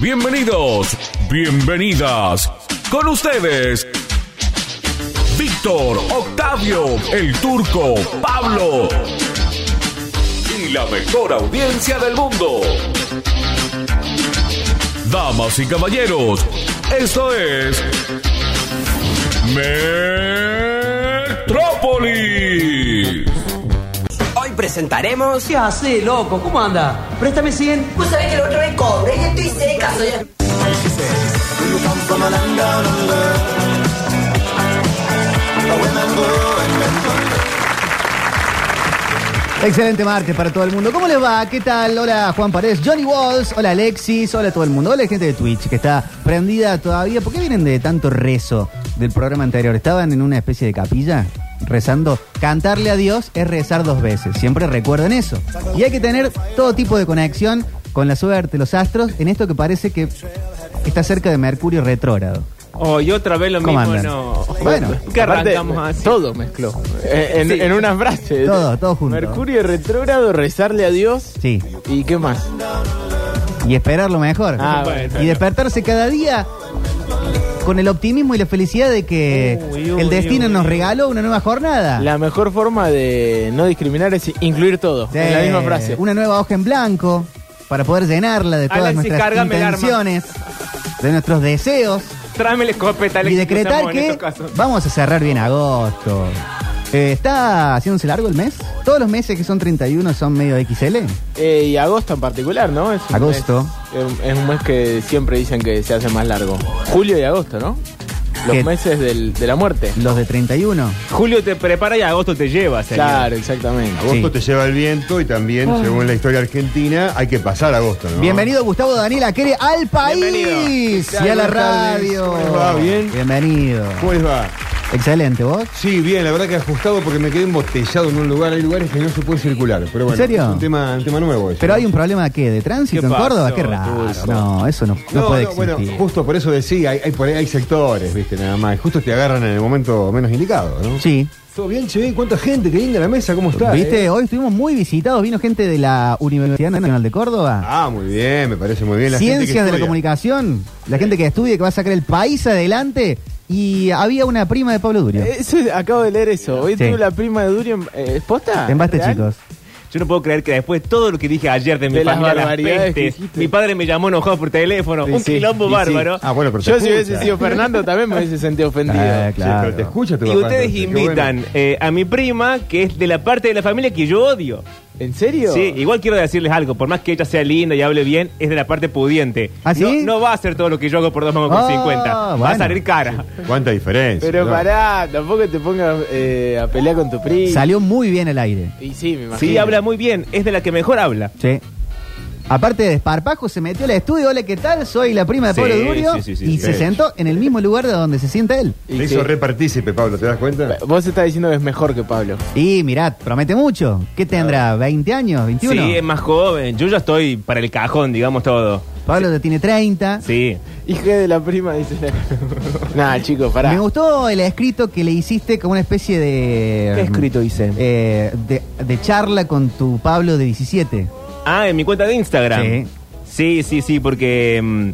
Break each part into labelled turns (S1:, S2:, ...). S1: Bienvenidos, bienvenidas. Con ustedes, Víctor, Octavio, el turco, Pablo y la mejor audiencia del mundo. Damas y caballeros, esto es Metrópolis.
S2: Hoy presentaremos.
S3: ¿Qué hace, loco? ¿Cómo anda? Préstame 100.
S4: Vos sabés que el otro vez cobré y estoy seca, soy el...
S5: Excelente martes para todo el mundo. ¿Cómo les va? ¿Qué tal? Hola Juan Paredes, Johnny Walls, hola Alexis, hola todo el mundo. Hola gente de Twitch que está prendida todavía. ¿Por qué vienen de tanto rezo del programa anterior? ¿Estaban en una especie de capilla? Rezando, cantarle a Dios es rezar dos veces. Siempre recuerden eso. Y hay que tener todo tipo de conexión con la suerte, los astros, en esto que parece que está cerca de Mercurio retrógrado.
S6: Oh, y otra vez lo
S5: ¿Cómo
S6: mismo,
S5: andan?
S6: no.
S5: Bueno,
S6: ¿Qué
S7: Aparte,
S6: arrancamos así?
S7: Todo mezcló. Eh, en,
S6: Sí.
S7: en una frase.
S5: Todo, todo junto.
S7: Mercurio retrógrado, rezarle a Dios.
S5: Sí. Ah.
S7: ¿Y qué más?
S5: Y esperar lo mejor.
S7: Ah, bueno.
S5: Y despertarse cada día con el optimismo y la felicidad de que
S6: Uy, uy,
S5: el destino
S6: uy.
S5: nos regaló una nueva jornada.
S7: La mejor forma de no discriminar es incluir todo.
S5: Sí,
S7: En la misma frase.
S5: Una nueva hoja en blanco para poder llenarla de todas
S6: Alexis,
S5: nuestras
S6: cárgame el arma.
S5: intenciones, de nuestros deseos
S6: Tráeme la escopeta, Alex,
S5: y
S6: que
S5: decretar
S6: usamos en
S5: que
S6: estos casos.
S5: vamos a cerrar bien agosto. Eh, ¿Está haciéndose largo el mes? ¿Todos los meses que son 31 son medio XL?
S7: Eh, y agosto en particular, ¿no? Es un
S5: Agosto.
S7: mes- es un- es un mes que siempre dicen que se hace más largo. Julio y agosto, ¿no? Los
S5: Que-
S7: meses del- de la muerte.
S5: ¿Los de 31?
S6: Julio te prepara y agosto te lleva, señor.
S7: Claro, exactamente.
S8: Agosto
S5: Sí.
S8: te lleva el viento y también, según la historia argentina, hay que pasar agosto, ¿no?
S5: Bienvenido Gustavo Daniel Aquere al país
S7: Bienvenido.
S5: y a la
S7: Buenas tardes.
S5: radio.
S8: ¿Cómo les va? ¿Bien?
S5: Bienvenido.
S8: ¿Cómo les va?
S5: Excelente, vos.
S8: Sí, bien, la verdad que ajustado porque me quedé embotellado en un lugar. Hay lugares que no se puede circular, pero bueno.
S5: ¿En serio?
S8: Es un tema, un tema nuevo eso.
S5: Pero hay un problema qué, de tránsito
S6: ¿Qué
S5: en
S6: pasó,
S5: Córdoba, qué raro.
S6: Tulio?
S5: No, eso no, no
S8: No,
S5: puede
S8: no, bueno,
S5: existir.
S8: justo por eso decía, hay, hay por ahí- hay sectores, viste, nada más. Justo te agarran en el momento menos indicado, ¿no?
S5: sí.
S8: Todo bien, che, cuánta gente, qué linda la mesa, ¿cómo está?
S5: Viste,
S8: eh?
S5: hoy estuvimos muy visitados, vino gente de la Universidad Nacional de Córdoba.
S8: Ah, muy bien, me parece muy bien. La gente que
S5: Ciencias de la
S8: estudia.
S5: comunicación, la gente que estudia, que va a sacar el país adelante. Y había una prima de Pablo Durio.
S8: Eh,
S7: Eso, acabo de leer eso. Hoy
S5: Sí.
S7: tuve la prima de Durian. Eh, ¿Posta?
S5: en Baste,
S7: ¿Real?
S5: chicos.
S6: Yo no puedo creer que después de todo lo que dije ayer de mi
S7: De las
S6: familia, las
S7: barbaridades que
S6: pestes,
S7: dijiste.
S6: mi padre me llamó enojado por teléfono,
S7: Sí,
S6: un
S7: sí,
S6: quilombo
S7: sí, sí.
S6: bárbaro.
S8: Ah, bueno, pero te
S7: Yo si
S8: escucha.
S7: hubiese sido Fernando también me hubiese sentido ofendido.
S5: Ah,
S8: Sí, pero te
S5: claro.
S8: escucha tu
S6: Y
S8: papá,
S6: ustedes
S8: entonces, qué
S6: invitan
S8: bueno.
S6: eh, a mi prima, que es de la parte de la familia que yo odio.
S7: ¿En serio?
S6: Sí, igual quiero decirles algo, por más que ella sea linda y hable bien, es de la parte pudiente.
S5: ¿Ah, sí?
S6: no, no va a hacer todo lo que yo hago por dos mangos con
S5: Ah,
S6: 50. Va a
S5: bueno.
S6: salir cara.
S8: Cuánta diferencia.
S7: Pero
S8: ¿no?
S7: pará, tampoco te pongas eh, a pelear con tu prima.
S5: Salió muy bien al aire.
S7: Y sí, me imagino.
S6: Sí, habla muy bien, es de la que mejor habla.
S5: Sí. Aparte de desparpajo, se metió al estudio. Hola, ¿qué tal? Soy la prima de
S6: Sí,
S5: Pablo Durio.
S6: sí, sí, sí,
S5: y
S6: sí.
S5: se sentó en el mismo lugar de donde se sienta él.
S7: Y
S8: Le
S7: sí.
S8: hizo repartícipe, Pablo, ¿te das cuenta?
S7: Vos estás diciendo que es mejor que Pablo.
S5: Y mirad, promete mucho. ¿Qué tendrá? ¿20 años? ¿21?
S6: Sí, em, es más joven. Yo ya estoy para el cajón, digamos todo.
S5: Pablo ya tiene 30.
S6: Sí.
S7: Hijo de la prima, dice. nah, chicos, pará.
S5: Me gustó el escrito que le hiciste como una especie de. em,
S6: ¿Qué escrito hice?
S5: eh, de, de charla con tu Pablo de 17.
S6: Ah, en mi cuenta de Instagram.
S5: Sí.
S6: Sí, sí, sí, porque mm,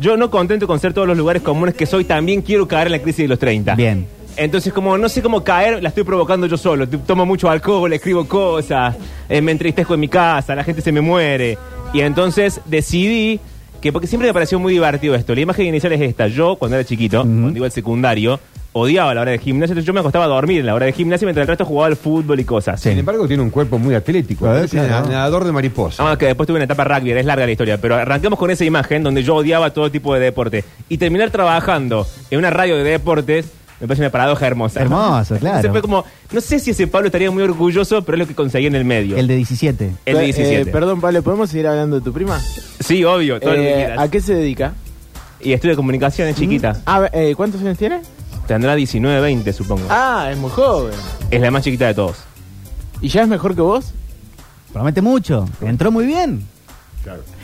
S6: yo no contento con ser todos los lugares comunes que soy, también quiero caer en la crisis de los 30.
S5: Bien.
S6: Entonces, como no sé cómo caer, la estoy provocando yo solo. T- Tomo mucho alcohol, escribo cosas, eh, me entristezco en mi casa, la gente se me muere. Y entonces decidí que, porque siempre me pareció muy divertido esto, la imagen inicial es esta. Yo, cuando era chiquito, cuando iba al secundario, odiaba la hora de gimnasio, entonces yo me acostaba a dormir en la hora de gimnasio mientras el resto jugaba al fútbol y cosas.
S8: Sin embargo, tiene un cuerpo muy atlético.
S5: A ver,
S8: parece
S5: claro.
S8: Nadador de mariposa.
S6: Ah, que después tuve una etapa rugby, es larga la historia, pero arrancamos con esa imagen donde yo odiaba todo tipo de deporte. Y terminar trabajando en una radio de deportes me parece una paradoja hermosa.
S5: Hermoso, claro.
S6: Entonces fue como, no sé si ese Pablo estaría muy orgulloso, pero es lo que conseguí en el medio.
S5: El de 17.
S6: El de
S7: Eh,
S6: 17.
S7: perdón, Pablo, ¿podemos seguir hablando de tu prima?
S6: sí, obvio, todo lo que
S7: Eh,
S6: quieras.
S7: ¿A qué se dedica?
S6: Y estudio comunicaciones chiquita.
S7: Ah, eh, ¿Cuántos años tiene?
S6: Tendrá 19, 20, supongo.
S7: Ah, es muy joven.
S6: Es la más chiquita de todos.
S7: ¿Y ya es mejor que vos?
S5: Promete mucho. Entró muy bien.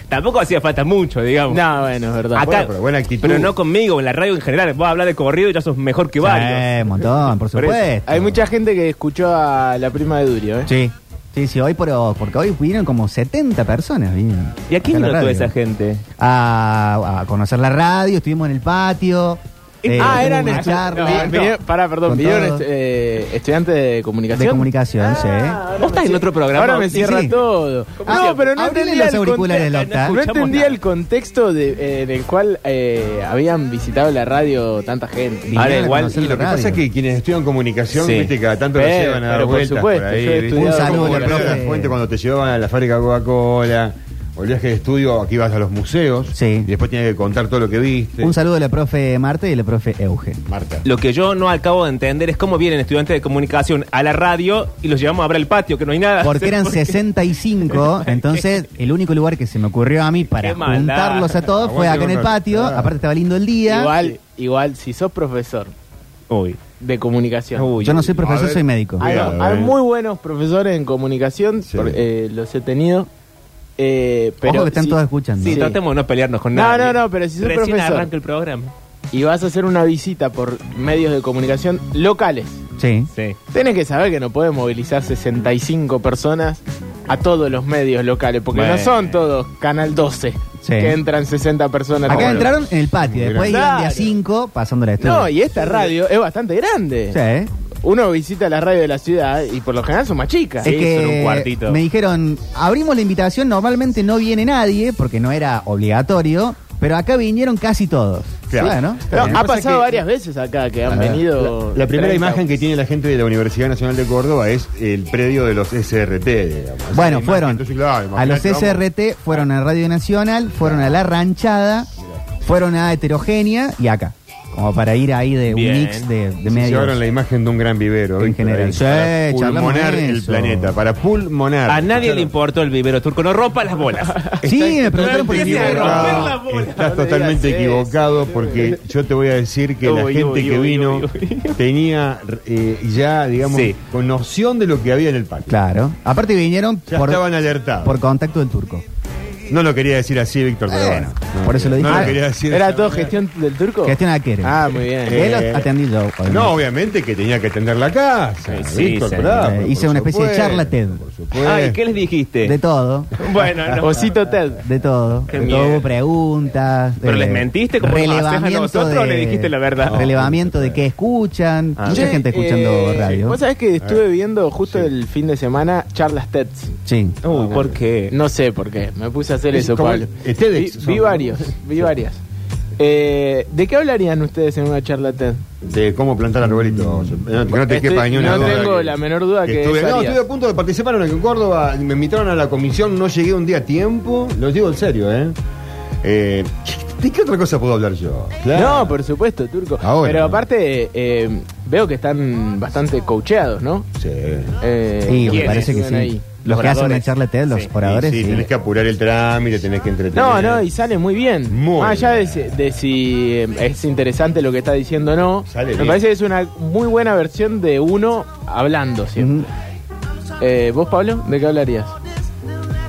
S6: Tampoco hacía falta mucho, digamos.
S7: No, bueno, es verdad.
S6: Acá,
S8: pero buena actitud.
S6: pero no conmigo, en la radio en general. Vos hablar de corrido y ya sos mejor que varios.
S5: Sí, un montón, por
S6: Por eso.
S5: supuesto.
S7: Hay mucha gente que escuchó a la prima de Durio, ¿eh?
S5: Sí. Sí, sí, hoy por, porque hoy vinieron como 70 personas. vinieron.
S6: ¿Y a
S5: Acá
S6: quién vino
S5: en la
S6: toda
S5: radio.
S6: esa gente?
S5: A, a conocer la radio, estuvimos en el patio. eh,
S6: Ah,
S5: tuvimos
S6: eran
S5: una
S6: estu-
S5: charla
S6: no,
S7: Vinieron- pará, perdón,
S5: Con
S7: vinieron
S5: todo.
S7: est- eh, estudiantes de comunicación.
S5: de comunicación, sí.
S6: Vos estás en otro programa.
S7: Ahora me
S5: sí,
S7: cierra
S5: sí.
S7: todo.
S5: Ah,
S7: no, pero no
S5: abrele
S7: entendía
S5: los
S7: el
S5: auriculares,
S7: conte-
S5: Locta.
S7: No
S6: Escuchamos
S7: entendía
S6: nada.
S7: el contexto de, eh, en el cual eh, habían visitado la radio tanta gente.
S5: Vinieron
S6: Ahora
S5: a
S6: igual,
S5: conocer
S8: Y
S5: la
S8: lo que
S5: radio.
S8: pasa es que quienes estudian comunicación,
S6: Sí.
S8: viste, cada tanto lo
S7: Pero-
S8: llevan a dar
S7: pero por
S8: vueltas
S7: supuesto,
S8: por ahí.
S7: yo he
S8: ¿viste?
S7: estudiado
S5: Un saludo
S8: Como
S5: al
S8: el
S5: profe.
S8: profe Fuente cuando te llevaban a la fábrica Coca-Cola, o el viaje de estudio, aquí vas a los museos,
S5: Sí.
S8: y después tienes que contar todo lo que viste.
S5: Un saludo a la profe Marta y a la profe Euge.
S8: Marta.
S6: Lo que yo no acabo de entender es cómo vienen estudiantes de comunicación a la radio y los llevamos a abrir el patio, que no hay nada.
S5: Porque eran 65, entonces el único lugar que se me ocurrió a mí para
S6: Qué maldad.
S5: juntarlos a todos fue
S8: Aguante
S5: acá en el
S8: Boca.
S5: patio.
S8: Claro.
S5: Aparte estaba lindo el día.
S7: Igual, igual, si sos profesor
S6: Uy.
S7: de comunicación.
S6: Uy.
S5: Yo no soy
S8: A
S5: profesor,
S8: ver.
S5: soy médico.
S7: Hay,
S8: Cuidado,
S7: hay
S8: eh.
S7: muy buenos profesores en comunicación,
S8: Sí.
S7: por- eh, los he tenido. eh, pero
S5: Ojo que están
S7: si-
S5: todos escuchando.
S6: Sí,
S7: Sí.
S6: tratemos de no pelearnos con
S7: No,
S6: nadie.
S7: no, no, pero si sos
S6: Recién
S7: profesor.
S6: arranca el programa.
S7: Y vas a hacer una visita por medios de comunicación locales.
S5: Sí.
S6: Sí.
S7: Tenés que saber que no pueden movilizar 65 personas a todos los medios locales, porque
S6: Bueno.
S7: no son todos Canal 12,
S5: Sí.
S7: que entran 60 personas.
S5: Acá
S7: Bueno.
S5: entraron en el patio, después
S7: Claro.
S5: iban de a 5 pasando la estrella.
S7: No, y esta radio es bastante grande.
S5: Sí, ¿eh?
S7: Uno visita la radio de la ciudad y por lo general son más chicas.
S5: es
S6: Sí,
S5: que
S6: son un cuartito.
S5: me dijeron, abrimos la invitación, normalmente no viene nadie, porque no era obligatorio, pero acá vinieron casi todos.
S8: Claro.
S5: Bueno,
S7: No,
S5: bien.
S7: ha
S8: pasa
S7: pasado
S8: que-
S7: varias veces acá que han
S5: La-
S7: venido.
S8: La primera
S7: 30.
S8: imagen que tiene la gente de la Universidad Nacional de Córdoba es el predio de los SRT. digamos. Esa
S5: Bueno,
S8: imagen,
S5: fueron
S8: entonces, claro,
S5: a los
S8: imagínate, vamos.
S5: SRT, fueron a Radio Nacional, fueron a La Ranchada, fueron a Heterogénea y acá. Como para ir ahí de un
S6: Bien.
S5: mix de, de
S8: Se Llevaron
S5: medios.
S8: la imagen de un gran vivero.
S5: En
S8: ¿viste?
S5: general.
S8: Ahí,
S5: Sí,
S8: para
S5: charlamos
S8: pulmonar
S5: de
S8: el
S5: eso.
S8: planeta, para pulmonar.
S6: A nadie le
S8: Escucharon.
S6: importó el vivero turco. No rompa las bolas.
S5: Sí, me preguntaron por
S6: Empieza
S5: el
S6: a
S5: libro.
S6: romper la bola.
S8: Estás
S7: No le
S8: totalmente
S7: digas eso.
S8: equivocado porque yo te voy a decir que la
S6: Uy,
S8: gente
S6: uy,
S8: que
S6: uy,
S8: vino
S6: uy, uy.
S8: tenía eh, ya, digamos,
S6: Sí.
S8: con noción de lo que había en el parque.
S5: Claro. Aparte vinieron
S8: Ya
S5: por,
S8: estaban alertados.
S5: por contacto del turco.
S8: No lo quería decir así, Víctor, pero
S5: Bueno,
S8: bueno. No,
S5: por eso lo
S8: No
S5: dije. Ah,
S8: lo quería decir de
S7: ¿Era
S8: esa
S7: todo
S8: manera.
S7: gestión del turco?
S5: Gestión a Keren.
S7: Ah, muy bien.
S5: Él
S8: Eh,
S5: atendí yo. obviamente.
S8: No, obviamente que tenía que atender la casa.
S6: Sí,
S8: Víctor,
S6: sí,
S8: ¿verdad?
S5: eh,
S8: Pero
S5: hice
S8: por
S5: una especie de
S8: supuesto,
S5: charla TED.
S8: Por supuesto.
S6: Ay, ¿qué les dijiste?
S5: De todo.
S8: eh.
S6: Bueno, no.
S7: Osito Ted.
S5: De todo.
S6: Qué
S5: de
S6: miedo.
S5: todo hubo preguntas.
S6: Pero
S5: eh,
S6: les mentiste como nos haces a
S5: relevamiento
S6: nosotros, o le dijiste la verdad? No,
S5: relevamiento de qué escuchan. Ah, Mucha
S7: Ah. Che,
S5: gente escuchando
S7: eh,
S5: radio.
S7: Vos sabés que
S8: Eh,
S7: estuve viendo justo el fin de semana charlas TEDs.
S5: Sí.
S7: Uh,
S6: Uy, ¿por qué?
S7: No sé por qué, me puse a hacer
S8: Es
S7: eso,
S8: como
S7: Pablo.
S8: el- eh, TEDx
S7: vi,
S8: son,
S7: vi
S8: ¿no?
S7: varios, vi varias. Eh, ¿De qué hablarían ustedes en una charla TED?
S8: De cómo plantar arbolitos. No, que no te
S7: Mm. Estoy-
S8: quepa ni una
S7: no
S8: duda
S7: tengo la menor duda que
S8: estuve,
S7: eso
S8: No,
S7: haría.
S8: estuve a punto de participar en la que en Córdoba. Me invitaron a la comisión, no llegué un día a tiempo. Los digo en serio, ¿eh? Eh, ¿De qué otra cosa puedo hablar yo?
S7: No, por supuesto, Turco.
S8: Ahora.
S7: Pero aparte, eh, veo que están bastante coacheados, ¿no?
S8: Sí.
S7: Eh,
S5: Sí, me
S6: ¿quiénes
S5: parece que sí.
S7: estuvieron ahí?
S5: Los, que hacen
S7: oradores.
S5: una charla TED, los
S6: Sí.
S5: oradores.
S8: Sí,
S5: sí.
S8: tenés que apurar el trámite, tenés que entretener.
S7: No, no, y sale muy bien.
S8: Muy
S7: Más allá de,
S8: bien.
S7: si- de si eh, es interesante lo que está diciendo o no,
S8: Sale
S7: me
S8: bien.
S7: parece que es una muy buena versión de uno hablando siempre.
S5: Ujú.
S7: Eh, ¿Vos, Pablo, de qué hablarías?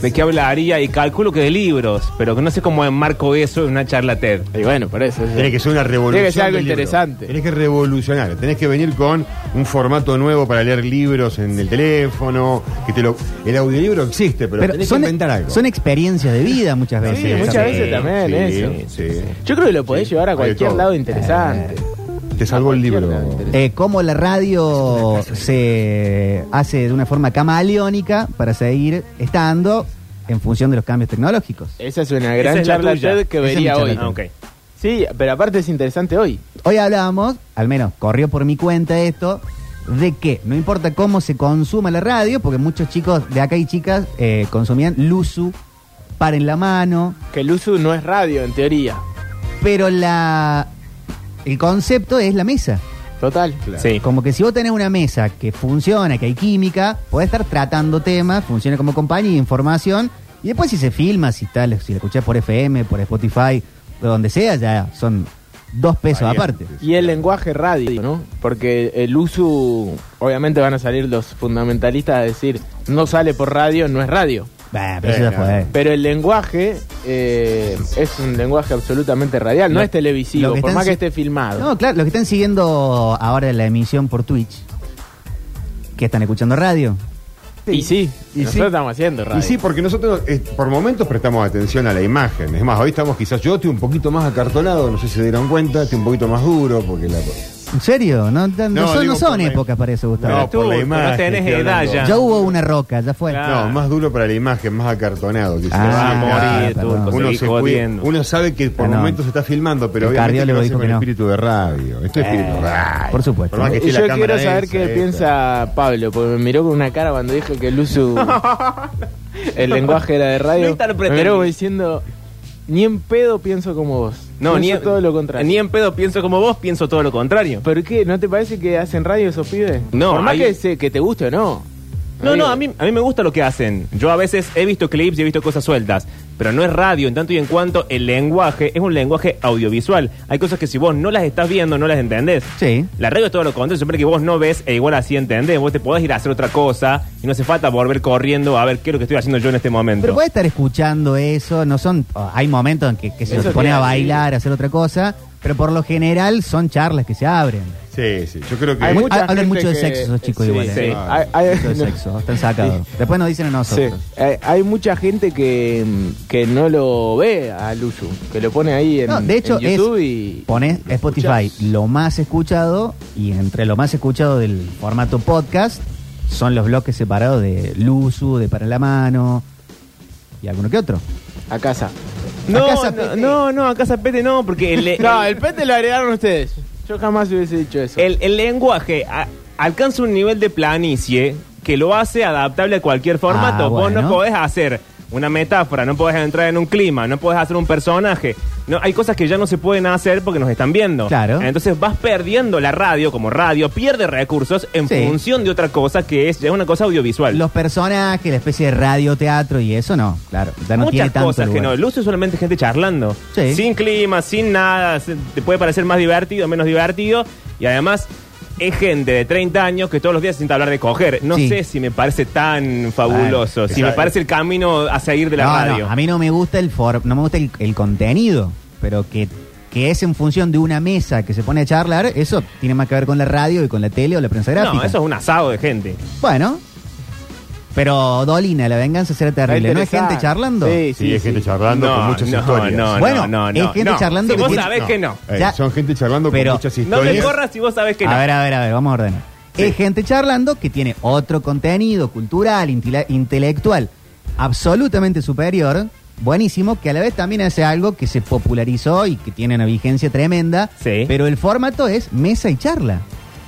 S6: ¿De qué hablaría? Y calculo que de libros, pero que no sé cómo enmarco eso en una charla TED.
S7: Y bueno, por eso. es-
S8: Tiene que ser una revolución.
S7: Tiene que ser algo
S8: del libro.
S7: interesante.
S8: Tenés que revolucionar. Tenés que venir con un formato nuevo para leer libros en el teléfono. Que te lo, el audiolibro existe, pero,
S5: Pero
S8: tenés
S5: son,
S8: que inventar algo.
S5: son experiencias de vida muchas veces.
S7: Sí, muchas veces también eso.
S8: sí.
S7: Yo creo que lo podés
S8: Sí,
S7: llevar a
S8: hay
S7: cualquier
S8: todo. Eh.
S7: lado interesante.
S8: Te salvó el libro.
S5: Eh, cómo la radio se hace de una forma camaleónica para seguir estando en función de los cambios tecnológicos.
S7: Esa es una gran
S6: es la
S7: charla
S6: tuya.
S7: TED que
S5: Esa es mi
S7: vería
S5: charla
S7: hoy.
S5: TED.
S6: Ah, ok.
S7: Sí, pero aparte es interesante hoy.
S5: Hoy hablábamos, al menos corrió por mi cuenta esto, de que no importa cómo se consuma la radio, porque muchos chicos de acá y chicas eh, consumían Luzu, par en la mano,
S7: Que el uso no es radio, en teoría.
S5: pero la el concepto es la mesa.
S7: Total.
S6: Sí.
S5: Como que si vos tenés una mesa que funciona, que hay química, podés estar tratando temas, funciona como compañía, información, y después si se filma, si tal, si la escuchás por FM, por Spotify, o donde sea, ya son dos pesos
S8: Variante.
S5: aparte.
S7: Y el lenguaje radio, ¿no? Porque el uso, obviamente van a salir los fundamentalistas a decir, no sale por radio, no es radio.
S5: Bah, pero eso ya
S8: Venga.
S5: fue.
S7: Pero el lenguaje eh, es un lenguaje absolutamente radial, no
S5: Lo-
S7: es televisivo,
S5: lo que
S7: por
S5: están
S7: más que
S5: si-
S7: esté filmado.
S5: No, claro, los que están siguiendo ahora la emisión por Twitch, que están escuchando radio,
S8: ¿Viste?
S7: Y sí,
S8: y
S7: nosotros
S8: sí.
S7: estamos haciendo radio.
S8: Y sí, porque nosotros eh, por momentos prestamos atención a la imagen. Es más, hoy estamos quizás yo estoy un poquito más acartonado, no sé si se dieron cuenta, estoy un poquito más duro porque la
S5: ¿En serio? No, no
S8: No,
S5: son,
S8: digo
S5: no son
S8: por la-
S5: épocas para eso, Gustavo.
S8: por la
S6: pero
S8: imagen,
S6: tenés
S8: estoy
S6: edad
S8: hablando.
S6: ya.
S5: Ya hubo una roca, ya fue.
S6: Claro.
S8: No, más duro para la imagen, más acartonado. quizás.
S5: Ah,
S8: Sí,
S5: morir,
S8: claro,
S5: turco,
S8: perdón. uno,
S6: seguí
S8: se cuida.
S6: jodiendo.
S8: uno sabe que
S5: Ah,
S8: por
S5: no.
S8: momentos se está filmando, pero
S5: El
S8: obviamente que
S5: cardiólogo
S8: lo hace
S5: dijo
S8: con
S5: que no.
S8: espíritu de radio. Esto es espíritu de radio.
S5: por supuesto.
S8: Por más que esté
S7: Y
S8: la
S7: yo
S8: cámara
S7: quiero saber
S8: esa,
S7: qué
S8: esta.
S7: piensa Pablo, porque me miró con una cara cuando dije que el uso. el lenguaje era de
S6: No
S7: radio.
S6: interpreté.
S7: me miró como diciendo: Ni en pedo pienso como vos.
S6: No, ni
S7: Pienso
S6: en,
S7: todo lo contrario.
S6: Ni en pedo pienso como vos, pienso todo lo contrario.
S7: ¿Pero qué? ¿No te parece que hacen radio esos pibes?
S6: No,
S7: Por más
S6: ahí-
S7: que, se- que te guste o no.
S6: No, no, a mí, a mí me gusta lo que hacen. Yo a veces he visto clips y he visto cosas sueltas, pero no es radio en tanto y en cuanto el lenguaje es un lenguaje audiovisual. Hay cosas que si vos no las estás viendo, no las entendés.
S5: Sí.
S6: La radio es todo lo contrario, siempre que vos no ves e igual así entendés, vos te podés ir a hacer otra cosa y no hace falta volver corriendo a ver qué es lo que estoy haciendo yo en este momento.
S5: Pero puede estar escuchando eso, no son. oh, hay momentos en que, que se
S7: Eso
S5: pone
S7: te
S5: a
S7: iba a
S5: bailar, a hacer otra cosa, pero por lo general son charlas que se abren.
S8: Sí, sí. Yo creo que.
S7: Hay mucha
S5: Ah, hablan
S7: gente
S5: mucho de
S7: que-
S5: sexo esos chicos
S7: sí,
S5: igual,
S7: sí.
S6: ¿eh?
S7: Hay- hay-
S5: Mucho de sexo, están sacados. Después nos dicen a
S7: Sí.
S5: nosotros.
S7: Hay, hay mucha gente que, mm, que no lo ve a Luzu, que lo pone ahí en,
S5: No, de hecho,
S7: en YouTube
S5: es,
S7: y.
S5: pones Spotify lo más escuchado y entre lo más escuchado del formato podcast son los bloques separados de Luzu, de Para la Mano y alguno que otro.
S7: A casa.
S6: no,
S5: a Casa
S6: no,
S5: Pete.
S6: no, no, a Casa Pete no, porque el,
S7: No, el pete lo agregaron ustedes. Yo jamás hubiese dicho eso.
S6: El, el lenguaje a- alcanza un nivel de planicie que lo hace adaptable a cualquier formato.
S5: Ah,
S6: Vos no
S5: bueno.
S6: podés hacer una metáfora, no podés entrar en un clima, no podés hacer un personaje. No, hay cosas que ya no se pueden hacer porque nos están viendo.
S5: Claro.
S6: Entonces vas perdiendo la radio como radio, pierde recursos en
S5: Sí.
S6: función de otra cosa que es ya una cosa audiovisual.
S5: Los personajes, la especie de radio, teatro y eso no, claro, ya no tiene
S6: Muchas
S5: tanto
S6: cosas que
S5: lugar.
S6: no. Luce solamente gente charlando.
S5: Sí.
S6: Sin clima, sin nada. se- Te puede parecer más divertido, menos divertido. Y además es gente de 30 años que todos los días se sienta hablar de coger. No
S5: Sí.
S6: sé si me parece tan fabuloso. si me
S8: exacto.
S6: parece el camino a seguir de la
S5: No, no,
S6: radio.
S5: a mí no me gusta el for, no me gusta el, el contenido, pero que, que es en función de una mesa que se pone a charlar, eso tiene más que ver con la radio y con la tele o la prensa
S6: No,
S5: gráfica.
S6: eso es un asado de gente.
S5: Bueno, pero Dolina, la venganza será
S7: Está
S5: terrible. ¿No hay
S7: interesante.
S5: gente charlando?
S7: Sí,
S8: Sí,
S7: sí.
S8: hay
S7: sí.
S8: gente charlando
S6: no,
S8: con muchas
S6: no,
S8: historias.
S6: No, no,
S5: Bueno,
S6: no,
S5: hay
S6: no,
S5: gente
S6: no.
S5: charlando
S6: Si
S5: que
S6: vos
S5: tiene-
S6: sabés que no.
S8: Eh,
S5: Ya.
S8: Son gente charlando
S5: Pero-
S8: con muchas
S6: No
S8: historias.
S6: te corras si vos sabés que no.
S5: A ver, a ver, a ver, vamos a ordenar. Es gente charlando que tiene otro contenido cultural, intila- intelectual, absolutamente superior, buenísimo, que a la vez también hace algo que se popularizó y que tiene una vigencia tremenda,
S6: Sí.
S5: pero el formato es mesa y charla.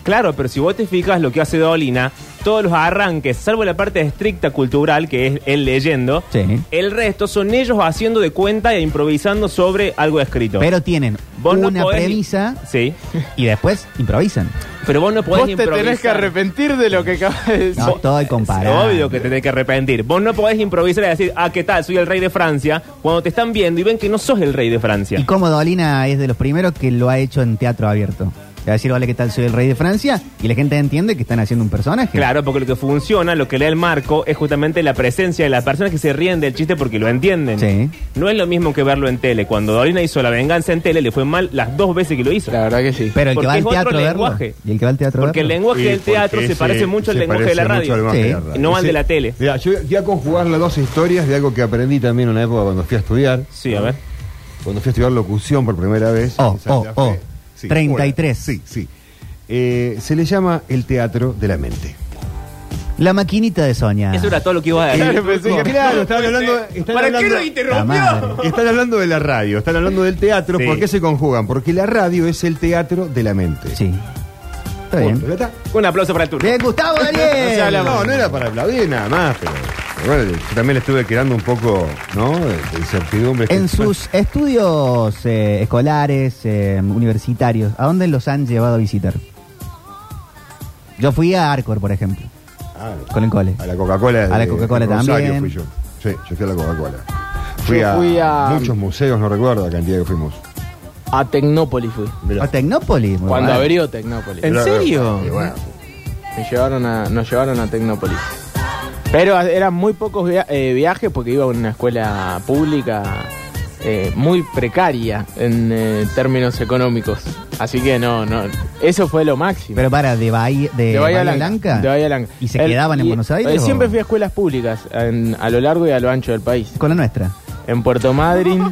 S6: Claro, pero si vos te fijas lo que hace Dolina, todos los arranques, salvo la parte estricta cultural, que es él leyendo,
S5: Sí.
S6: el resto son ellos haciendo de cuenta e improvisando sobre algo escrito.
S5: Pero tienen
S6: Vos no
S5: una
S6: podés-
S5: premisa
S6: Sí,
S5: y después improvisan.
S6: pero vos no podés
S7: Vos te
S6: improvisar.
S7: tenés que arrepentir de lo que acabas de decir.
S5: No, estoy comparando.
S6: Es obvio que te tenés que arrepentir. Vos no podés improvisar y decir, ah, ¿qué tal? Soy el rey de Francia. Cuando te están viendo y ven que no sos el rey de Francia.
S5: Y como Dolina es de los primeros que lo ha hecho en teatro abierto. Le va a decir, vale, ¿qué tal? Soy el rey de Francia. Y la gente entiende que están haciendo un personaje.
S6: Claro, porque lo que funciona, lo que le da el marco, es justamente la presencia de las personas que se ríen del chiste porque lo entienden.
S5: Sí.
S6: No es lo mismo que verlo en tele. Cuando Dorina hizo La Venganza en tele, le fue mal las dos veces que lo hizo.
S7: La verdad que sí.
S5: Pero el que
S6: Porque
S5: va al
S6: es otro
S5: teatro a verlo.
S6: lenguaje.
S5: Y el que va al teatro a
S6: Porque el
S5: verlo.
S6: lenguaje
S8: Sí,
S6: del
S8: porque
S6: teatro se
S8: ese-
S6: parece mucho al
S8: se
S6: lenguaje de la
S8: parece mucho al
S6: radio.
S8: lenguaje
S5: Sí.
S8: de la radio.
S6: No al
S8: Ese-
S6: de la tele.
S8: Mira, yo voy a conjugar las dos historias de algo que aprendí también en una época cuando fui a estudiar.
S6: Sí, a ver.
S8: Cuando fui a estudiar locución por primera vez.
S5: Oh,
S8: en Santa
S5: oh,
S8: Fe.
S5: oh.
S8: Sí,
S5: 33.
S8: fuera. Sí, sí. Eh, se le llama el teatro de la mente.
S5: La maquinita de
S8: Ah.
S5: Sonia.
S6: Eso era todo lo que iba a decir.
S7: Claro, pensé que-
S8: Eh, Claro, estaban hablando. Estaban
S6: ¿Para qué
S8: hablando-
S6: lo
S5: La madre.
S6: interrumpió?
S8: Están hablando de la radio, están hablando del teatro.
S6: Sí.
S8: ¿Por qué se conjugan? Porque la radio es el teatro de la mente.
S5: Sí. Está
S8: Punto,
S5: bien.
S8: ¿ya está?
S6: Un aplauso para el turno.
S5: Bien, Gustavo Daniel.
S8: No, se habla más. No, no era para aplaudir nada más, pero. pero bueno, yo también le estuve quedando un poco, ¿no? De, de incertidumbre.
S5: En sus estudios eh, escolares, eh, universitarios, ¿a dónde los han llevado a visitar? Yo fui a Arcor, por ejemplo,
S8: Ah, no.
S5: con el cole.
S8: A la Coca-Cola.
S5: A la
S8: de
S5: Coca-Cola
S8: Rosario
S5: también.
S8: fui yo. Sí, yo fui a la Coca-Cola. Fui,
S7: Yo
S8: a,
S7: fui a-
S8: muchos museos, no recuerdo la cantidad que fuimos.
S7: A Tecnópolis fui.
S8: Mirá.
S5: A Tecnópolis. muy
S7: Cuando
S5: bueno.
S7: abrió Tecnópolis.
S6: ¿En
S8: Mirá,
S6: serio?
S8: y bueno,
S7: Me llevaron a, nos llevaron a Tecnópolis. Pero a- eran muy pocos via- eh, viajes porque iba a una escuela pública eh, muy precaria en eh, términos económicos. Así que no, no. Eso fue lo máximo.
S5: Pero para, de, Bahía, de, Bahía Blanca.
S7: De Bahía Blanca.
S5: ¿Y se
S7: El-
S5: quedaban en
S7: y-
S5: Buenos Aires?
S7: eh,
S5: o-
S7: Siempre fui a escuelas públicas en- a lo largo y a lo ancho del país.
S5: Con la nuestra.
S7: En Puerto Madryn.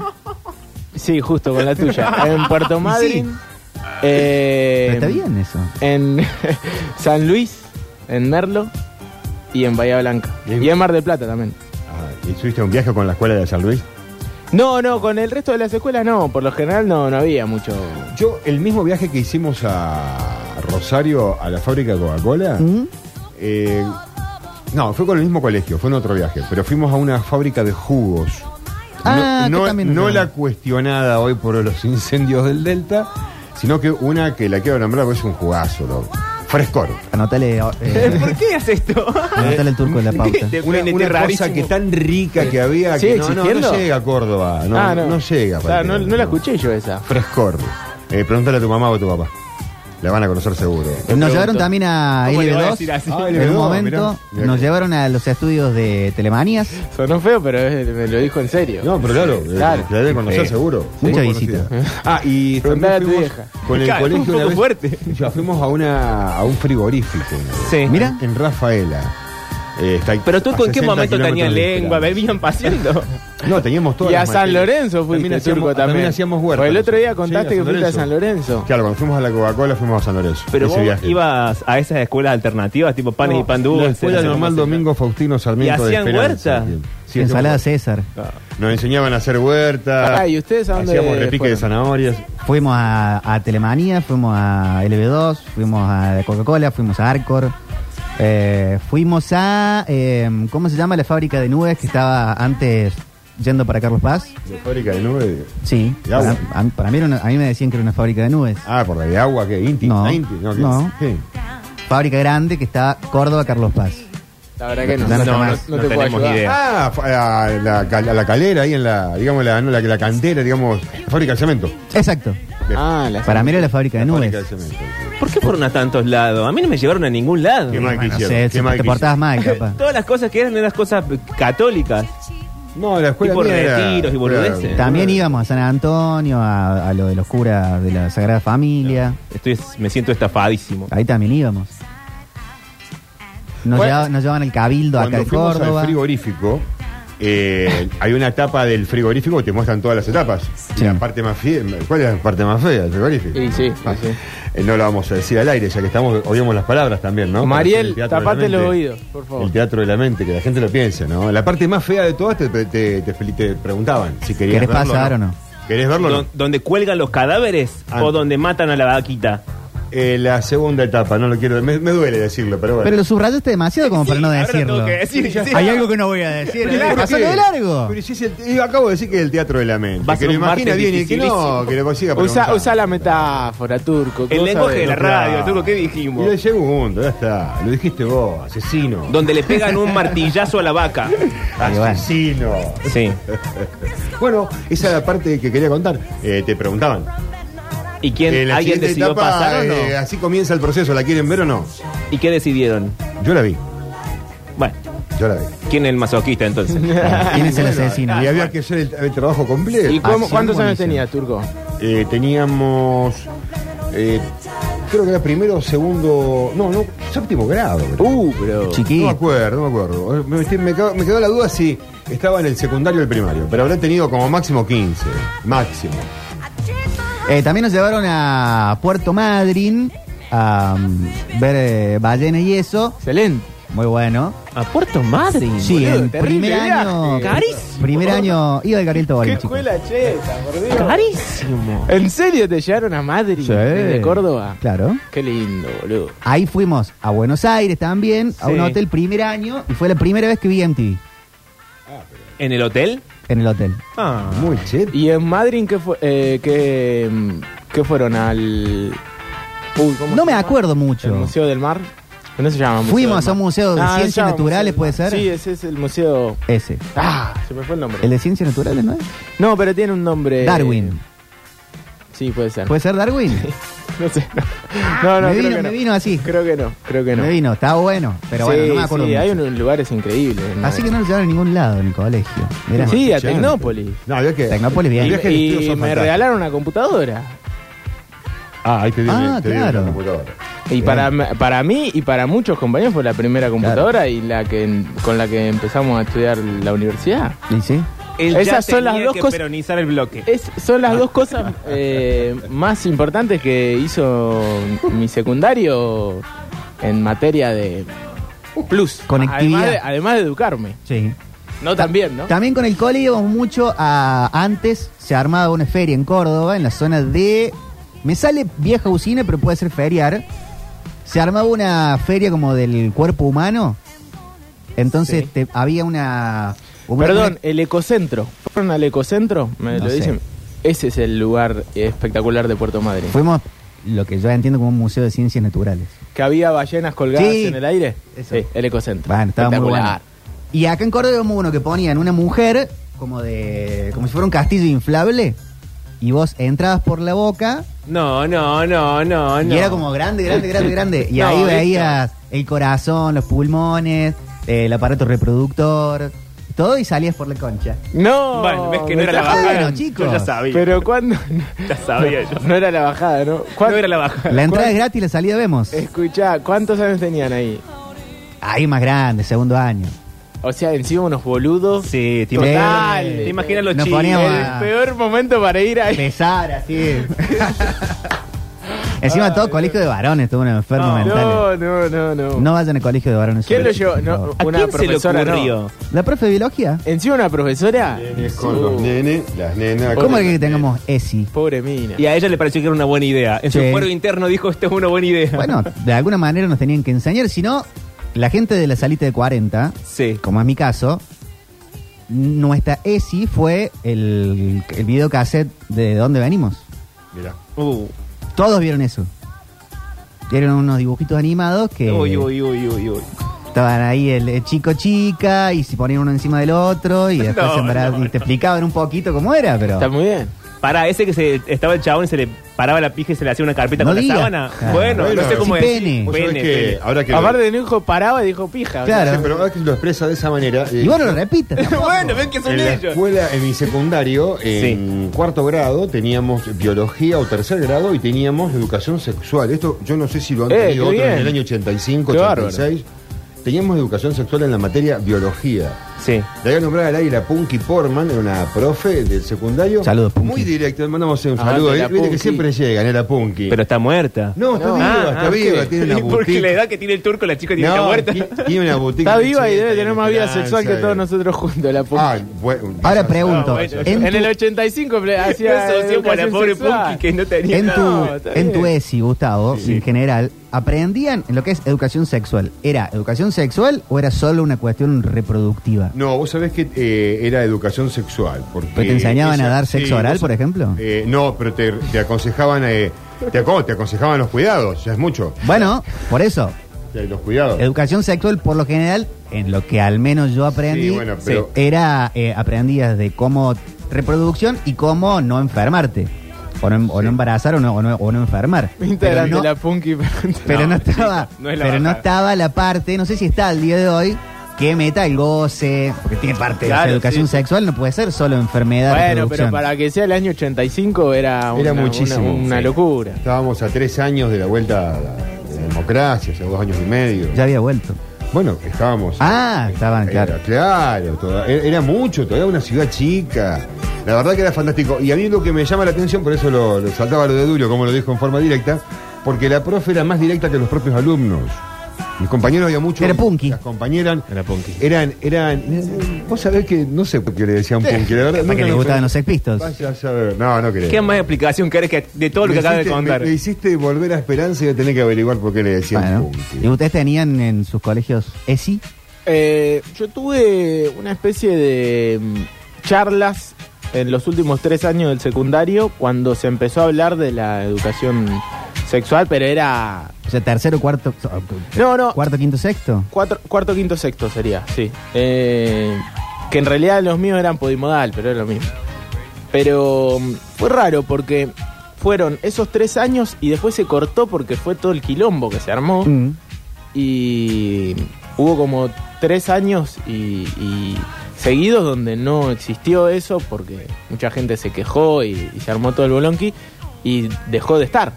S7: sí, justo con la tuya. En Puerto Madryn. eh,
S5: Pero está bien eso.
S7: en San Luis, en Merlo y en Bahía Blanca.
S8: Bien.
S7: Y en Mar del Plata también.
S8: Ah, ¿Y tuviste un viaje con la escuela de San Luis?
S7: No, no, con el resto de las escuelas no, por lo general no, no había mucho.
S8: Yo, el mismo viaje que hicimos a Rosario, a la fábrica de Coca-Cola,
S7: Mm.
S8: eh, no, fue con el mismo colegio, fue en otro viaje, pero fuimos a una fábrica de jugos.
S5: Ah, que
S8: no, no,
S5: también-
S8: no la cuestionada hoy por los incendios del Delta, sino que una que la quiero nombrar porque es un jugazo, loco. Frescor.
S5: Anótale, eh,
S6: ¿Por qué haces esto?
S5: anótale el turco en la pauta.
S6: Te-
S8: Una,
S6: PNT
S8: una cosa
S6: rarísimo.
S8: que tan rica que había que
S7: Eh, ¿Sigue
S8: no, no,
S7: existiendo?
S8: no llega a Córdoba. No,
S7: Ah,
S8: no. llega.
S7: O sea, no, no la escuché yo esa.
S8: Frescor. Eh, pregúntale a tu mamá o a tu papá. La van a conocer seguro.
S5: Nos llevaron también a
S6: ¿Cómo le va a
S5: LB2.
S6: decir así?
S8: Ah,
S5: En
S8: LB2,
S5: un momento
S8: mirá, mirá
S5: nos
S8: que-
S5: llevaron a los estudios de Telemanías.
S7: Sonó feo, pero es- me lo dijo en serio.
S8: No, pero claro, eh,
S7: Claro.
S8: la debe conocer
S6: Sí.
S8: seguro.
S5: Mucha
S8: Muy
S5: visita.
S8: conocida. Ah, y
S7: Preguntale a
S8: también
S7: tu
S8: fuimos
S7: vieja.
S8: con el
S6: Claro,
S8: colegio
S6: un
S8: una
S6: poco
S8: vez-
S6: fuerte.
S8: Ya fuimos a una a un frigorífico. ¿no?
S6: Sí.
S5: Mira.
S8: En Rafaela. Eh, está ahí
S6: Pero tú
S8: a
S6: con qué
S8: 60
S6: momento tenías
S8: kilómetros de
S6: lengua,
S8: distancia.
S6: venían paseando.
S8: No, teníamos todo.
S7: Y a San Lorenzo fuiste,
S8: también
S7: Turco,
S8: hacíamos,
S7: también.
S8: hacíamos huerta.
S7: Porque el otro día
S8: nosotros.
S7: contaste
S8: Sí,
S7: que fuiste a San Lorenzo.
S8: Claro, cuando fuimos a la Coca-Cola fuimos a San Lorenzo.
S6: Pero
S8: ese
S6: vos
S8: viaje.
S6: ibas a esas escuelas alternativas, tipo panes
S8: No,
S6: y pan
S8: La
S6: dulce.
S8: escuela
S6: no sé cómo
S8: normal
S6: se llama.
S8: Domingo Faustino Sarmiento
S6: ¿Y
S8: de
S6: hacían
S8: Esperanza.
S6: huerta?
S8: Sí,
S5: ensalada
S8: hacíamos-
S5: César.
S8: Nos enseñaban a hacer huerta.
S7: Pará, ¿y ustedes a dónde
S8: Ah. Hacíamos repique de
S7: fueron?
S8: zanahorias.
S5: Fuimos a, a Telemanía, fuimos a LB2, fuimos a Coca-Cola, fuimos a Arcor. eh, fuimos a. eh, ¿Cómo se llama la fábrica de nubes que estaba antes yendo para Carlos Paz?
S8: De fábrica de nubes.
S5: Sí.
S8: De agua.
S5: Para, a, para mí era una- a mí me decían que era una fábrica de nubes.
S8: Ah, por la de agua, que Inti.
S5: No,
S8: la Inti, ¿qué?
S5: no.
S8: ¿Qué?
S5: Fábrica grande que está Córdoba, Carlos Paz.
S7: La verdad que no.
S5: No, no, no,
S7: no, no te puedo
S6: tenemos
S7: ayudar.
S6: idea.
S8: Ah, fa- a la, cal- a la calera ahí en la, digamos, la, no, la, la cantera, digamos, la fábrica de cemento.
S5: Exacto.
S7: Ah, la
S5: Para mí era la fábrica de nubes.
S8: Fábrica de cemento.
S6: ¿Por qué fueron a tantos lados? A mí no me llevaron a ningún lado.
S8: Qué mal que
S5: Bueno, no
S8: hicieron,
S5: sé,
S8: qué
S5: si
S8: mal
S5: te
S8: que
S5: portabas mal, capaz.
S6: Todas las cosas que eran eran las cosas católicas.
S8: No, la escuela
S6: Tipo
S8: mía era-
S6: retiros y boludeces.
S8: era-
S5: También íbamos a San Antonio, a, a lo de los curas de la Sagrada Familia.
S6: Estoy, me siento estafadísimo.
S5: Ahí también íbamos. Nos,
S7: Bueno.
S5: llevaban, nos llevaban al Cabildo acá
S8: Cuando
S5: en
S8: fuimos
S5: Córdoba.
S8: al frigorífico, eh, hay una etapa del frigorífico que te muestran todas las etapas. Y
S5: Sí.
S8: La parte más fie- ¿Cuál es la parte más fea del frigorífico?
S7: Y sí, y sí.
S8: Eh, no la vamos a decir al aire, ya que estamos, oímos las palabras también, ¿no?
S7: Mariel,
S8: Para hacer el teatro de la
S7: tapate los
S8: mente.
S7: oídos, por favor.
S8: El teatro de la mente, que la gente lo piense, ¿no? La parte más fea de todas te, te- te- te- te preguntaban si querías
S5: ¿Querés
S8: verlo
S5: pasar o no?
S8: ¿Querés verlo o no?
S6: Don- donde cuelgan los cadáveres
S8: Ah.
S6: o donde matan a la vaquita.
S8: Eh, la segunda etapa, no lo quiero. Me, me duele decirlo, pero bueno.
S5: Pero lo subrayaste demasiado como para no
S6: ahora lo
S5: decirlo.
S6: tengo que decir, sí.
S5: Hay algo que no voy a decir. ¿eh?
S8: Pero ¿por
S5: Pasalo
S8: qué?
S5: de largo.
S8: Pero si es el- yo acabo de decir que es el teatro de la mente.
S6: Va a
S8: que
S6: ser
S8: lo
S6: un
S8: imagina
S6: martes
S8: bien y que no,
S6: dificilísimo.
S8: que lo consiga
S7: Usa,
S8: preguntar.
S7: usa la metáfora, turco. que
S6: El
S7: vos
S6: lenguaje
S7: sabés.
S6: de la radio, Turco, ¿qué dijimos?
S8: Y lo llevo junto, ya está. Lo dijiste vos, asesino.
S6: Donde le pegan un martillazo a la vaca.
S5: Ah,
S8: Asesino.
S6: Sí.
S8: Bueno, esa es la parte que quería contar. Eh, te preguntaban.
S6: ¿Y quién?
S8: Eh, la
S6: ¿Alguien
S8: siguiente
S6: decidió
S8: etapa,
S6: pasar o no?
S8: eh, así comienza el proceso, ¿la quieren ver o no?
S6: ¿Y qué decidieron?
S8: Yo la vi,
S6: Bueno,
S8: yo la vi.
S6: ¿quién es el masoquista entonces?
S5: ¿Quién es el
S8: Bueno,
S5: asesino?
S8: Y había que hacer el, el trabajo completo.
S7: ¿Y
S5: Ah,
S7: cómo-
S5: sí,
S7: cuántos años
S5: buenísimo.
S7: tenías, turco?
S8: Eh, teníamos. eh, creo que era primero o segundo. No, no, séptimo grado. creo.
S7: Uh, pero.
S8: No me
S5: Chiquito.
S8: acuerdo, no me acuerdo. Eh, Me, estoy- me quedó, me quedó la duda si estaba en el secundario o el primario, pero habrá tenido como máximo 15. Máximo.
S5: Eh, también nos llevaron a Puerto Madryn a mm, ver eh, ballenas y eso.
S7: Excelente.
S5: Muy bueno.
S6: ¿A Puerto Madryn?
S5: Sí,
S7: boludo,
S5: en
S7: terrible
S5: primer
S7: viaje.
S5: año.
S6: Carísimo.
S5: Primer año. Iba el Gabriel Tobalín, chicos.
S7: cheta, por Dios.
S6: Carísimo.
S7: ¿En serio te llevaron a Madrid? eh,
S5: Sí.
S7: ¿De Córdoba?
S5: Claro.
S7: Qué lindo, boludo.
S5: Ahí fuimos a Buenos Aires también, a un
S6: Sí.
S5: hotel primer año, y fue la primera vez que vi MTV
S6: ¿En el hotel?
S5: en el hotel.
S6: Ah.
S8: Muy cheto.
S7: ¿Y en Madrid qué, fue, eh, qué, mm, qué fueron al. Uy, ¿cómo
S5: No
S7: se
S5: me
S7: llama?
S5: acuerdo
S7: ¿El
S5: mucho.
S7: Museo del Mar? No se llama. Museo
S5: Fuimos
S7: del
S5: a un
S7: Mar.
S5: museo de
S7: Ah, se
S5: ciencias
S7: llama
S5: naturales,
S7: Museo del
S5: puede
S7: Mar.
S5: ser.
S7: Sí, ese es el museo.
S5: Ese.
S7: Ah, se me fue el nombre.
S5: El de ciencias naturales, ¿no es?
S7: Eh, No, pero tiene un nombre.
S5: Darwin.
S7: Sí, puede ser.
S5: ¿Puede ser Darwin?
S7: No sé. No, no,
S5: Me
S7: creo
S5: vino-
S7: que no.
S5: me vino así.
S7: Creo que no, creo que no.
S5: Me vino, está bueno, pero bueno,
S7: Sí,
S5: no me acuerdo.
S7: sí,
S5: mucho.
S7: hay unos lugares increíbles. ¿no?
S5: Así que no lo llevaron a ningún lado en el colegio. Mirá.
S7: Sí, a
S8: Escuchá.
S7: Tecnópolis.
S8: No, había que.
S5: Tecnópolis, bien.
S8: el
S7: Y,
S8: viaje de
S7: y
S8: estudio son
S7: me
S8: fantásticos.
S7: regalaron una computadora.
S8: Ah, ahí te di,
S5: Ah,
S8: te di
S5: claro.
S8: la computadora.
S7: Y para, para mí y para muchos compañeros fue la primera computadora y la que con la que empezamos a estudiar la universidad.
S5: ¿Y sí?
S6: Él ya
S7: Esas son las
S6: tenía
S7: dos
S6: que Ah.
S7: cosas-
S6: peronizar el bloque.
S7: Es, son las dos cosas eh, más importantes que hizo mi secundario en materia de plus.
S5: Conectividad.
S7: Además de, además de educarme.
S5: Sí.
S7: No también, ¿no?
S5: También con el cole íbamos mucho a. Antes se armaba una feria en Córdoba, en la zona de. Me sale vieja usina, pero puede ser feriar. Se armaba una feria como del cuerpo humano. Entonces
S7: Sí.
S5: te- había una. una-
S7: Perdón, el ecocentro. ¿Fueron al ecocentro? Me
S5: No
S7: lo
S5: sé.
S7: dicen. Ese es el lugar espectacular de Puerto Madryn.
S5: Fuimos lo que yo entiendo como un museo de ciencias naturales.
S7: Que había ballenas colgadas
S5: Sí.
S7: en el aire.
S5: Eso.
S7: Sí, el ecocentro.
S5: Bueno, estaba muy
S7: Espectacular.
S5: bueno. Y acá en Córdoba hubo uno que ponían una mujer como de. como si fuera un castillo inflable. Y vos entrabas por la boca
S6: No, no, no, no, no.
S5: y era como grande, grande, grande, grande. Y
S6: No,
S5: ahí
S6: ¿viste?
S5: veías el corazón, los pulmones, eh, el aparato reproductor, todo y salías por la concha.
S7: No.
S6: Bueno, ves que no
S7: me
S6: era la
S7: trajo-
S5: bueno,
S6: bajada.
S5: chicos.
S6: Yo ya sabía.
S7: Pero cuando.
S6: Ya sabía yo.
S7: No era la bajada, ¿no? ¿Cuán-
S6: No era la bajada.
S5: La entrada
S7: ¿Cuál?
S5: es gratis, la salida vemos.
S6: Eh.
S7: Escuchá, ¿cuántos años tenían ahí?
S5: Ahí más grande, segundo año.
S7: O sea, encima unos boludos.
S6: Sí, te
S5: Total.
S6: imaginas, te imaginas los
S5: Nos
S6: chicos.
S5: poníamos
S7: El
S5: Ah.
S7: peor momento para ir ahí.
S5: Pesar, así. Encima
S7: Ay,
S5: todo colegio de varones, todo un enfermo
S6: No.
S5: mental.
S7: No, no, no, no.
S5: No vayan al colegio de varones.
S7: ¿Quién lo
S5: solos,
S7: llevó?
S5: por
S7: No,
S5: favor.
S6: ¿A
S7: una
S6: quién
S7: profesora
S6: se le ocurrió?
S7: no.
S5: ¿La profe de biología?
S7: Encima una profesora.
S8: Nenes con
S7: Uh,
S8: los nenes, las nenas.
S5: ¿Cómo
S8: con
S5: es que
S8: los nenes.
S5: tengamos ESI?
S7: Pobre mina.
S6: Y a ella le pareció que era una buena idea. En su
S5: Sí.
S6: fuero interno dijo, esto es una buena idea.
S5: Bueno, de alguna manera nos tenían que enseñar, si no, la gente de la salita de 40,
S6: Sí.
S5: como es mi caso, nuestra ESI fue el, el videocassette de dónde venimos.
S8: Mirá.
S6: Uh,
S5: Todos vieron eso. Vieron unos dibujitos animados que
S6: uy, uy, uy, uy, uy.
S5: estaban ahí el, el chico chica y se ponían uno encima del otro y después
S6: No,
S5: sembra-
S6: no,
S5: y te explicaban un poquito cómo era, pero...
S7: Está muy bien.
S6: Para ese que se estaba el chabón y se le paraba la pija y se le hacía una carpeta
S5: No
S6: con
S5: diga.
S6: la sábana.
S5: Ah,
S6: bueno,
S8: bueno.
S6: no sé cómo
S5: Sí,
S6: es.
S5: pene.
S8: Vos sabés
S6: Pene,
S8: que
S6: pene.
S8: ahora que.
S7: Aparte de no dijo paraba, dijo pija.
S5: Claro.
S8: Sí, pero ahora que lo expresa de esa manera. eh,
S5: Y vos no lo repitas. tampoco.
S6: bueno, ven que son
S8: En la
S6: ellos.
S8: escuela, en mi secundario, en cuarto grado, teníamos biología o tercer grado y teníamos educación sexual. Esto yo no sé si lo han
S7: Eh, qué
S8: tenido otros en
S7: bien.
S8: el año 85,
S7: Qué
S8: 86. Teníamos educación sexual en la materia biología.
S6: Sí.
S8: Le voy a nombrar al aire a Punky Porman, era una profe del secundario.
S5: Saludos, Punky.
S8: Muy directo, le mandamos un
S7: Ah,
S8: saludo. ¿eh?
S7: de la
S8: Viste que
S7: Punky.
S8: siempre llegan, era Punky.
S6: Pero está muerta.
S8: no, está
S7: No.
S8: viva,
S6: Ah,
S8: está
S6: ah,
S8: viva,
S6: ok.
S8: tiene una
S6: Y Porque
S8: boutique.
S6: la edad que tiene el turco, la chica tiene que
S8: No,
S6: estar muerta.
S8: ti- tiene una boutique.
S7: Está viva y debe
S8: de
S7: tener más vida sexual que todos nosotros juntos, la puta.
S8: Ah, eh. bueno,
S5: Ahora
S8: pregunta.
S5: pregunto,
S6: No, bueno,
S5: en,
S7: en,
S5: tu,
S7: el 85 ple- hacía
S6: Eso sí, para
S7: educación
S6: pobre
S7: sexual.
S6: Punky que no tenía
S5: en, tu,
S7: No, está
S5: en tu
S7: bien.
S5: ESI, Gustavo, y en general, ¿aprendían en lo que es educación sexual? ¿Era educación sexual o era solo una cuestión reproductiva?
S8: No, vos sabés que eh, era educación sexual. Porque
S5: ¿Pero te enseñaban a dar sexo oral,
S8: vos-
S5: por ejemplo?
S8: Eh, no, pero te, te aconsejaban eh, te, aco- te aconsejaban los cuidados, ya es mucho.
S5: Bueno, por eso,
S8: Ya, Los cuidados.
S5: educación sexual por lo general, en lo que al menos yo aprendí,
S8: Sí, bueno, pero-
S5: era eh, aprendías de cómo reproducción y cómo no enfermarte. O no, o no embarazar o no, o no- o no enfermar. Pero
S7: Integrante
S5: no,
S7: la Punky.
S5: pero no,
S6: No,
S5: estaba,
S6: chica, no es la
S5: pero no
S6: bajada.
S5: estaba la parte, no sé si está al día de hoy, que meta el goce, porque tiene parte de
S6: Claro,
S5: educación
S6: sí.
S5: sexual, no puede ser solo enfermedad.
S7: Bueno, pero
S5: reproducción.
S7: para que sea el año 85 era, una,
S8: Era muchísimo,
S7: una, una
S8: sí.
S7: locura.
S8: Estábamos a tres años de la vuelta a la, a la democracia, ya dos años y medio.
S5: Ya había vuelto.
S8: Bueno, estábamos.
S5: Ah, estaban,
S8: Era,
S5: claro.
S8: claro, toda- era, era mucho, todavía una ciudad chica. La verdad que era fantástico. Y a mí lo que me llama la atención, por eso lo, lo saltaba lo de Durio, como lo dijo en forma directa, porque la profe era más directa que los propios alumnos. Mis compañeros había muchos.
S5: Era punky.
S8: Las compañeras
S6: Era punky.
S8: eran, eran. Vos sabés que no sé por qué le decían punky, la verdad.
S5: Para que
S8: nunca
S5: les
S8: lo
S5: gustaban los
S8: entendí.
S5: Sex Pistols.
S8: Vaya a saber. No, no querés.
S6: ¿Qué más explicación querés que de todo lo
S8: Me
S6: que acabas de
S8: hiciste-
S6: contar?
S8: Me, me hiciste volver a Esperanza y voy a tener que averiguar por qué le decían
S5: Bueno,
S8: punky.
S5: ¿y ustedes tenían en sus colegios ESI?
S7: Eh, yo tuve una especie de mm, charlas en los últimos tres años del secundario cuando se empezó a hablar de la educación sexual, pero era...
S5: O sea, tercero, cuarto,
S7: No, no,
S5: cuarto, quinto, sexto.
S7: cuatro- cuarto, quinto, sexto sería, sí. Eh, que en realidad los míos eran podimodal, pero era lo mismo. Pero mm, fue raro porque fueron esos tres años y después se cortó porque fue todo el quilombo que se armó.
S5: Mm.
S7: Y hubo como tres años y, y seguidos donde no existió eso porque mucha gente se quejó y, y se armó todo el bolonqui y dejó de estar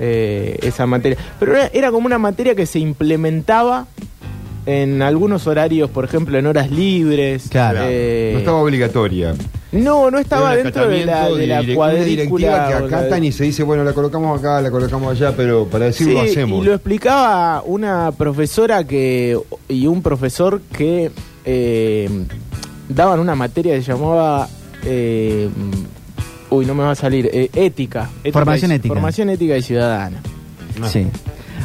S7: eh, esa materia. Pero era, era como una materia que se implementaba en algunos horarios, por ejemplo, en horas libres.
S5: Claro.
S7: eh,
S8: No estaba obligatoria.
S7: no, no estaba
S8: Era un
S7: dentro de la,
S8: acatamiento
S7: de la
S8: direc- una
S7: cuadrícula.
S8: directiva que
S7: o la-
S8: acatan y se dice, bueno, la colocamos acá, la colocamos allá, pero para decir lo
S7: Sí,
S8: hacemos.
S7: Y lo explicaba una profesora que y un profesor que eh, daban una materia que se llamaba. eh, uy, no me va a salir. eh, ética, Ética
S5: Formación
S7: y-
S5: ética.
S7: Formación ética y ciudadana.
S5: Sí.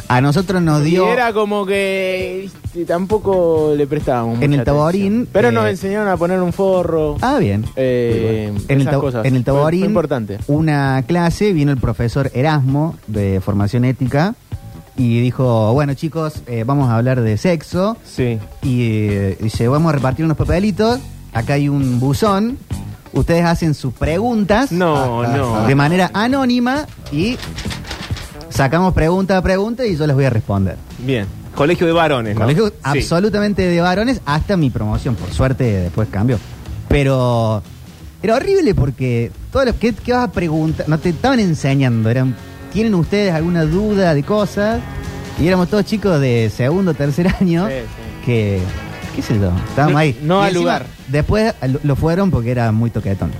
S5: A nosotros nos dio.
S7: Y era como que este, tampoco le prestábamos.
S5: En
S7: mucha
S5: el Taborín,
S7: atención. Pero nos
S5: eh,
S7: enseñaron a poner un forro.
S5: Ah, bien.
S7: eh,
S5: En el,
S7: esas
S5: Tab-
S7: cosas.
S5: en el
S7: Fue- fue
S5: Taborín,
S7: importante.
S5: una clase, vino el profesor Erasmo de formación ética y dijo, bueno chicos, eh, vamos a hablar de sexo
S6: Sí.
S5: y eh, dice, vamos a repartir unos papelitos, acá hay un buzón, ustedes hacen sus preguntas
S8: Ah,
S6: No, no.
S5: de manera anónima y sacamos pregunta a pregunta y yo les voy a responder.
S6: Bien. Colegio de varones. ¿no?
S5: Colegio
S6: Sí.
S5: absolutamente de varones hasta mi promoción. Por suerte después cambió. Pero era horrible porque todo lo que vas a preguntar, no te estaban enseñando, eran ¿tienen ustedes alguna duda de cosas? Y éramos todos chicos de segundo, tercer año
S7: Sí, sí.
S5: que qué sé yo, estábamos
S7: No-
S5: ahí.
S7: no
S5: Y
S7: al
S5: encima,
S7: lugar.
S5: Después lo, lo fueron porque era muy toquetón.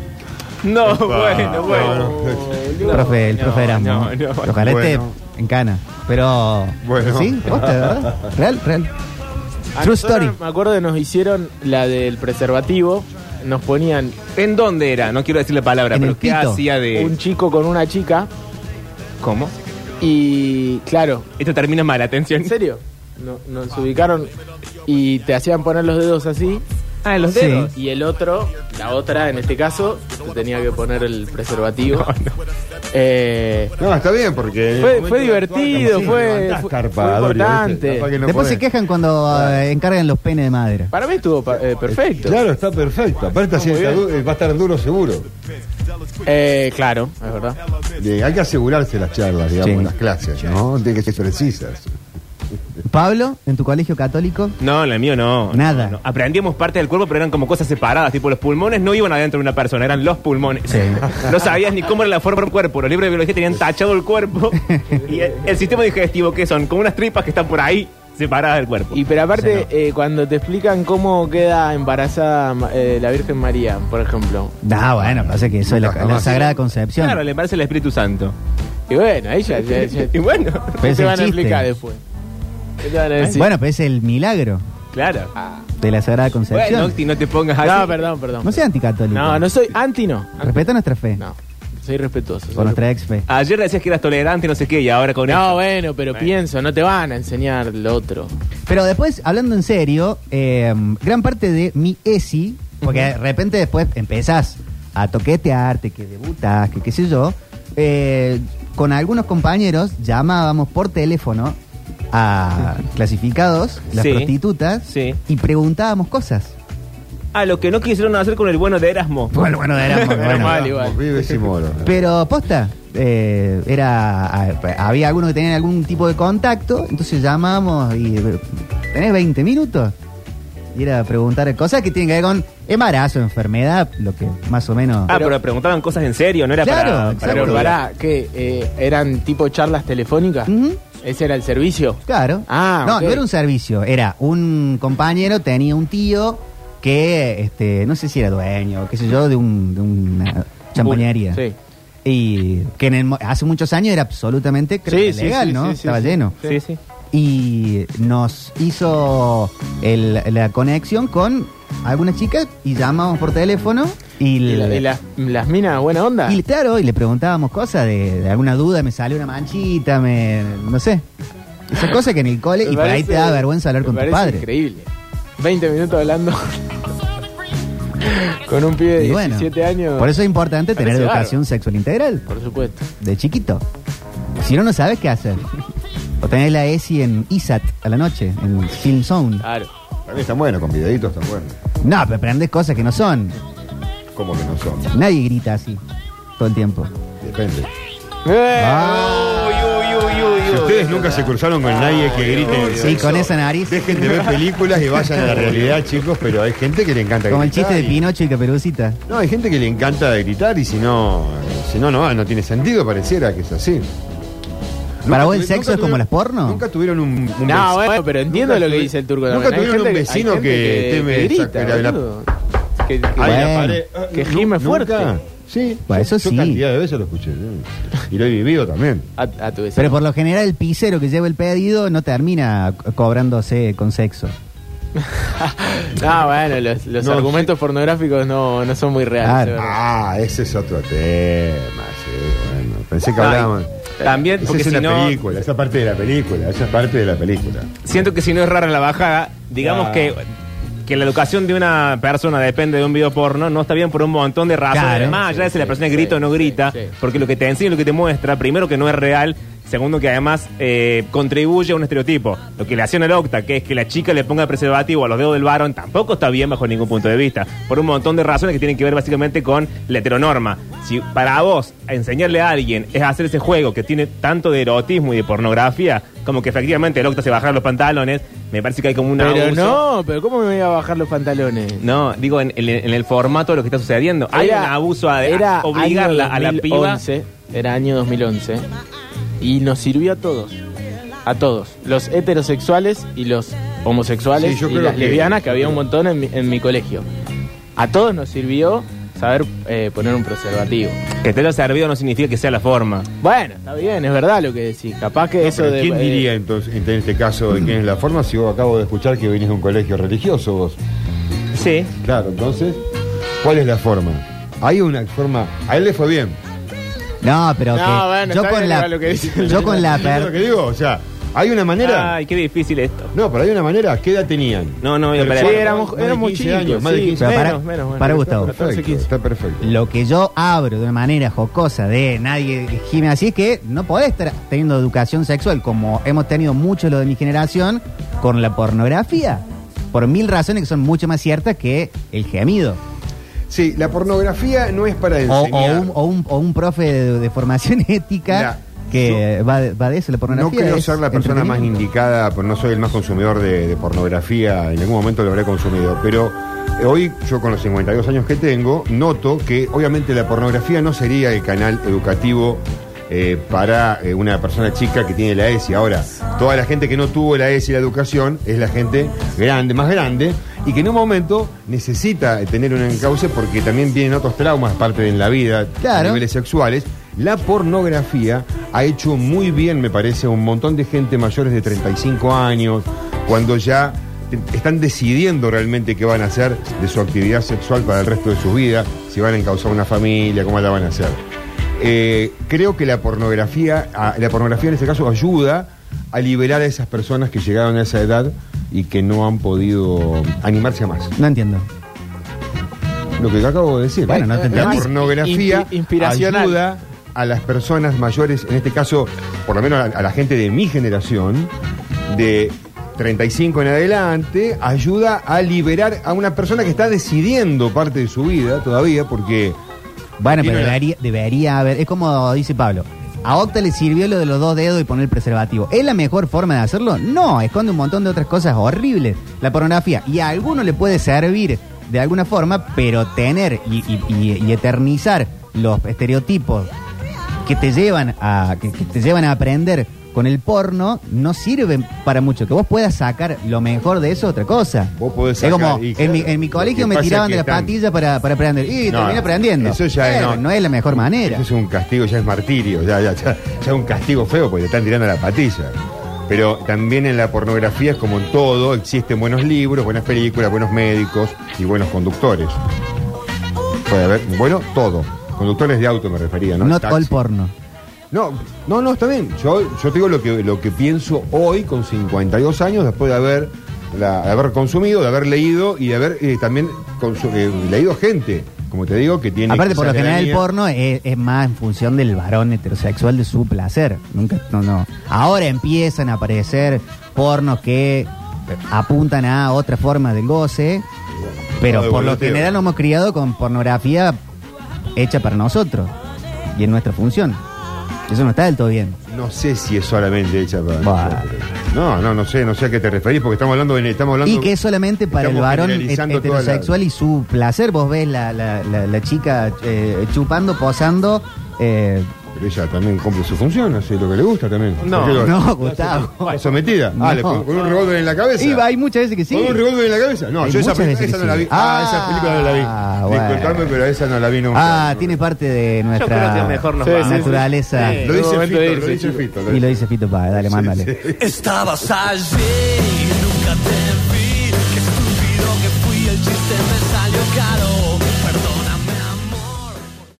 S6: No,
S8: no,
S6: bueno, bueno.
S7: No,
S5: profe, el profe Erasmo.
S6: no, no.
S5: Ojalá
S8: Bueno.
S5: esté en cana. Pero
S8: Bueno.
S5: sí, posta, ¿verdad? Real, real.
S7: A
S5: True
S7: nosotros,
S5: story.
S7: Me acuerdo que nos hicieron la del preservativo. Nos ponían
S6: ¿En dónde era? No quiero decir la palabra,
S5: En
S6: pero
S5: el
S6: ¿qué
S5: pito.
S6: hacía de.
S7: un chico con una chica
S6: ¿Cómo?
S7: y claro,
S6: Esto termina mal, atención.
S7: en serio, no- nos ubicaron y te hacían poner los dedos así
S6: Ah, en los
S5: Sí.
S6: dedos.
S7: y el otro, la otra en este caso, te tenía que poner el preservativo. Eh,
S8: No, está bien, porque. en el
S7: Fue-
S8: momento
S7: fue
S8: de actuar,
S7: divertido,
S8: capaz que
S7: fue-
S8: levantás
S7: fue-
S8: carpa,
S7: fue
S8: Doria, ¿viste?
S7: importante.
S8: Capaz que no
S5: Después se
S8: podés.
S5: quejan cuando eh, encargan los penes de madera.
S7: para mí estuvo pa- eh, perfecto.
S8: Claro, está perfecto. Aparte, así
S7: muy
S8: está
S7: bien.
S8: du- eh, va a estar duro seguro.
S7: Eh, claro, es verdad.
S8: Bien, hay que asegurarse las charlas, digamos,
S5: Sí.
S8: las clases, ¿no? Tiene que ser precisas.
S5: Pablo, en tu colegio católico,
S6: No, en el mío no.
S5: Nada.
S6: No, no. Aprendíamos parte del cuerpo, pero eran como cosas separadas. Tipo, los pulmones no iban adentro de una persona, eran los pulmones.
S5: Sí.
S6: No sabías ni cómo era la forma del cuerpo. Los libros de biología tenían tachado el cuerpo. Y el, el sistema digestivo, que son? Como unas tripas que están por ahí, separadas del cuerpo.
S7: Y pero aparte, eh, cuando te explican cómo queda embarazada ma- eh, la Virgen María, por ejemplo.
S5: no, bueno, pasa que eso es la,
S8: Nunca
S5: la
S8: jamás.
S5: Sagrada Concepción.
S6: Claro, le parece el Espíritu Santo.
S7: Y bueno, ahí ya, ya- ya-
S6: Y bueno,
S5: Pero
S7: ¿Qué
S5: es
S7: te
S5: el
S7: van a
S5: chiste.
S7: explicar después? ¿Qué te van a decir?
S5: Bueno, pero es el milagro
S6: claro.
S5: de la Sagrada
S6: Bueno,
S5: Concepción.
S6: Octi, no te pongas así.
S7: no, perdón, perdón.
S5: no sea anticatólico.
S7: No, no soy anti, no.
S5: Respeta nuestra fe,
S7: No, soy respetuoso. soy
S5: por nuestra ex fe.
S6: Ayer decías que eras tolerante, no sé qué, y ahora con
S7: respetuoso. No,
S6: esto.
S7: bueno, pero pienso, no te van a enseñar lo otro.
S5: Pero después, hablando en serio, eh, gran parte de mi ESI, porque de repente después empezás a toquetearte, que debutas, que qué sé yo, eh, con algunos compañeros llamábamos por teléfono a clasificados, las
S6: Sí.
S5: prostitutas,
S6: Sí.
S5: y preguntábamos cosas.
S6: A Ah, lo que no quisieron hacer con el bueno de Erasmo.
S5: Bueno, bueno, era muy
S7: Era
S5: bueno.
S7: mal igual.
S8: Vives y moro.
S5: Pero posta, eh, era a- había algunos que tenían algún tipo de contacto, entonces llamamos y eh, tenés 20 minutos. Y era preguntar cosas que tienen que ver con embarazo, enfermedad, lo que más o menos.
S6: Ah, pero, preguntaban cosas en serio, no era
S5: Claro,
S6: para- para.
S5: exacto.
S7: Pero pará, ¿qué? Eh, ¿Eran tipo charlas telefónicas?
S5: Ujú.
S7: ¿Ese era el servicio?
S5: Claro.
S7: Ah,
S5: no,
S7: ok.
S5: no era un servicio, era un compañero, tenía un tío que, este, no sé si era dueño, qué sé yo, de, un, de una champañería.
S7: Sí.
S5: Y que en el mo- hace muchos años era absolutamente creo
S7: Sí,
S5: que
S7: sí,
S5: legal,
S7: sí,
S5: ¿no?
S7: sí, sí,
S5: Estaba
S7: sí.
S5: lleno.
S6: Sí, sí.
S5: y nos hizo el- la conexión con alguna chica y llamamos por teléfono y,
S7: ¿Y,
S5: le-
S7: la- y las, las minas, buena onda?
S5: y le- claro, y le preguntábamos cosas de, de alguna duda, me salió una manchita, me no sé. Esas cosas que en el cole
S7: Me
S5: y por ahí
S7: parece-
S5: te da vergüenza hablar
S7: me
S5: con tu
S7: parece
S5: padre.
S7: increíble. 20 minutos hablando con un pibe de
S5: Y bueno,
S7: 17 años.
S5: por eso es importante
S7: Parece
S5: tener
S7: bárbaro.
S5: educación sexual integral
S7: Por supuesto.
S5: de chiquito. Si no, no sabes qué hacer. O tenés la ESI en ISAT a la noche, en Film Zone.
S7: Claro.
S8: También están buenos, con videitos están buenos.
S5: No, pero aprendes cosas que no son.
S8: Como que no son?
S5: Nadie grita así todo el tiempo.
S8: Depende.
S7: Eh,
S8: Ah.
S7: uy, uy, uy, uy,
S8: Si
S7: uy.
S8: ustedes nunca se cruzaron con nadie que grite.
S5: Sí, con esa nariz.
S8: Dejen de ver películas y vayan a la realidad, chicos, pero hay gente que le encanta
S5: Como el
S8: gritar
S5: chiste de
S8: y-
S5: Pinocho y Caperucita.
S8: No, hay gente que le encanta gritar y si no, eh, si no, no, va, no tiene sentido, pareciera que es así.
S5: ¿Para
S8: Nunca
S5: vos el
S8: tuvi-
S5: sexo
S8: nunca
S5: es como
S8: tuvi-
S5: las porno?
S8: Nunca tuvieron un, un
S7: No,
S8: vec-
S7: bueno, pero entiendo
S8: Ah,
S7: lo
S8: pues, Nunca
S7: que
S8: tuvi-
S7: dice el turco.
S8: Nunca
S7: también. Hay
S8: tuvieron un
S7: gente-
S8: vecino
S7: hay gente
S8: que teme
S7: que
S8: sacar la- la-
S7: boludo. Que- que-
S8: Ay, la
S5: Bueno.
S8: pared, ah,
S7: Que
S8: nu-
S7: gime
S8: nunca.
S7: fuerte.
S8: Sí,
S5: Bueno,
S8: yo-
S5: eso
S8: Yo
S5: sí.
S8: cantidad de veces lo escuché. eh. Y lo he vivido también.
S7: A, a tu vecino.
S5: Pero por lo general el pisero que lleva el pedido no termina co- cobrándose con sexo.
S7: Ah, bueno, los, los
S8: No,
S7: argumentos pornográficos no, no son muy reales.
S5: Claro.
S7: es verdad.
S8: Ah, ese es otro tema. Sí, bueno, pensé que
S6: Ay,
S8: hablábamos.
S6: Ah, También,
S8: Esa
S6: porque
S8: es
S6: si
S8: la
S6: no,
S8: película, esa parte de la película, esa parte de la película.
S6: siento que si no es rara la bajada, digamos
S8: Ah.
S6: que, que la educación de una persona depende de un video porno, no está bien por un montón de razones.
S5: Claro.
S6: Más allá de si la persona
S7: sí,
S6: grita o no
S7: sí,
S6: grita,
S7: sí.
S6: porque lo que te enseña y lo que te muestra, primero que no es real, segundo que además eh, contribuye a un estereotipo. Lo que le hacían al Octa, que es que la chica le ponga preservativo a los dedos del varón, tampoco está bien bajo ningún punto de vista, por un montón de razones que tienen que ver básicamente con la heteronorma. Si para vos enseñarle a alguien es hacer ese juego que tiene tanto de erotismo y de pornografía, como que efectivamente el Octa se bajar los pantalones, me parece que hay como un
S7: pero
S6: abuso.
S7: no, pero ¿cómo me voy a bajar los pantalones?
S6: No, digo, en, en- en el formato de lo que está sucediendo. Hay
S7: Era-
S6: un abuso a, a
S7: era
S6: obligarla
S7: año
S6: a la piba.
S7: 2011, Era año 2011. Y nos sirvió a todos. A todos. Los heterosexuales y los homosexuales
S8: Sí, yo
S7: y
S8: creo
S7: las
S8: que-
S7: lesbianas, que
S8: yo
S7: había
S8: creo.
S7: un montón en mi, en mi colegio. A todos nos sirvió saber eh, poner un preservativo.
S6: Que te lo ha servido no significa que sea la forma.
S7: Bueno, está bien, es verdad lo que decís. Capaz que
S8: No,
S7: eso
S8: pero
S7: de.
S8: ¿Quién
S7: eh,
S8: diría entonces, en este caso, de quién es la forma? Si vos acabo de escuchar que venís de un colegio religioso vos.
S6: Sí.
S8: Claro, entonces, ¿cuál es la forma? Hay una forma. A él le fue bien.
S5: No, pero
S7: No,
S5: que
S7: bueno,
S5: yo
S7: está
S5: con
S7: bien
S5: la
S7: igual lo que dice.
S5: yo con la
S8: ¿Entiendes lo
S5: per-
S8: que digo? O sea, hay una manera.
S6: Ay, qué difícil esto.
S8: No, pero hay una manera. ¿Qué edad tenían?
S6: No, no, voy a
S8: Pero
S6: parar.
S7: Sí,
S8: Bueno,
S7: éramos,
S8: más de
S7: éramos
S8: 15
S7: chicos.
S8: años, más de
S7: sí,
S8: 15
S5: años.
S7: menos,
S5: Para-
S7: menos, menos.
S5: para
S8: Está
S5: Gustavo.
S8: perfecto.
S7: 14, 15.
S8: Está perfecto.
S5: lo que yo abro de una manera jocosa de nadie gime así es que no podés estar teniendo educación sexual como hemos tenido muchos los de mi generación con la pornografía por mil razones que son mucho más ciertas que el gemido
S8: Sí, la pornografía no es para
S5: o, o
S8: enseñar.
S5: un, o un- o un profe de, de formación ética
S8: Mira,
S5: que va, de, va de eso la
S8: No
S5: pornografía
S8: creo
S5: es
S8: ser la persona más
S5: entretenimiento.
S8: indicada, porque no soy el más consumidor de, de pornografía, en algún momento lo habré consumido, pero eh, hoy yo con los 52 años que tengo, noto que obviamente la pornografía no sería el canal educativo eh, para eh, una persona chica que tiene la ESI. Ahora, toda la gente que no tuvo la ESI, la educación, es la gente grande, más grande, y que en un momento necesita eh, tener un encauce porque también vienen otros traumas, parte de en la vida,
S5: Claro.
S8: a niveles sexuales. La pornografía ha hecho muy bien, me parece, a un montón de gente mayores de 35 años, cuando ya te- están decidiendo realmente qué van a hacer de su actividad sexual para el resto de su vida, si van a encauzar una familia, cómo la van a hacer. Eh, creo que la pornografía, a- la pornografía en este caso ayuda a liberar a esas personas que llegaron a esa edad y que no han podido animarse a más.
S5: no entiendo
S8: Lo que yo acabo de decir.
S5: Bueno, no te
S8: la
S5: entendí.
S8: pornografía
S7: Inspi- inspiracional.
S8: ayuda a las personas mayores, en este caso, por lo menos a, a la gente de mi generación, de 35 en adelante, ayuda a liberar a una persona que está decidiendo parte de su vida todavía, porque
S5: Bueno, pero
S8: Tiene una-
S5: debería, debería haber. Es como dice Pablo. A Octa le sirvió lo de los dos dedos y poner el preservativo. ¿Es la mejor forma de hacerlo? No, esconde un montón de otras cosas horribles. La pornografía. Y a alguno le puede servir de alguna forma, pero tener y, y- y- y eternizar los estereotipos que te llevan a que, que te llevan a aprender con el porno no sirve para mucho. Que vos puedas sacar lo mejor de eso es otra cosa.
S8: Vos podés
S5: Es
S8: sacar,
S5: como,
S8: y
S5: en, mi,
S8: claro,
S5: en mi
S8: lo
S5: colegio
S8: que
S5: me
S8: pasa es
S5: tiraban
S8: que
S5: de la
S8: están-
S5: patilla para, para aprender. Y
S8: No,
S5: terminé aprendiendo.
S8: eso ya es,
S5: Pero
S8: no.
S5: no es la mejor manera.
S8: Eso es un castigo, ya es martirio, ya, ya, ya, ya un castigo feo porque te están tirando la patilla. Pero también en la pornografía, es como en todo, existen buenos libros, buenas películas, buenos médicos y buenos conductores. Puede haber, bueno, todo. Conductores de auto me refería, ¿no?
S5: Not
S8: Taxi.
S5: all porno.
S8: No, no, no, está bien. Yo, yo te digo lo que, lo que pienso hoy con 52 años, después de haber, la- de haber consumido, de haber leído y de haber eh, también consu- eh, leído gente, como te digo, que tiene...
S5: Aparte,
S8: quizás
S5: por lo
S8: la
S5: general, el
S8: mía.
S5: porno es, es más en función del varón heterosexual de su placer. Nunca, no, no. Ahora empiezan a aparecer pornos que apuntan a otra forma del goce, pero
S8: No, de
S5: por lo
S8: voloteo.
S5: general nos hemos criado con pornografía hecha para nosotros y en nuestra función. Eso no está del todo bien.
S8: No sé si es solamente hecha para.
S5: Bah.
S8: No, no, no sé, no sé a qué te referís, porque estamos hablando de. Estamos hablando
S5: Y que es solamente para el
S8: estamos
S5: varón het-
S8: generalizando
S5: heterosexual y su placer. Vos ves la, la- la- la chica eh, chupando, posando. eh,
S8: toda la- Pero ella también cumple su función, hace lo que le gusta también.
S7: No.
S8: ¿Por qué lo-
S5: no, Gustavo.
S8: ¿Está sometida.
S5: No.
S8: Ah, le- con, con un revólver en la cabeza.
S5: Y va, hay muchas veces que sí.
S8: ¿Con un revólver en la cabeza? No,
S5: Hay
S8: yo esa,
S5: muchas
S8: pe-
S5: veces
S8: esa
S5: que
S8: no la
S5: sí.
S8: vi.
S5: Ah,
S8: Ah, esa película no la vi.
S5: bueno.
S8: Disculpame, pero esa no la vi nunca.
S5: Ah, tiene parte de
S6: Yo creo que
S5: nuestra
S6: mejor nos
S7: Sí,
S6: vamos.
S7: sí, sí.
S5: naturaleza.
S8: Lo
S7: Es
S8: dice
S7: momento
S8: Fito,
S7: de
S8: lo
S7: irse,
S8: dice
S7: chicos.
S8: Fito.
S5: Y lo dice Fito Páez, dale, mándale.
S2: Estabas allí,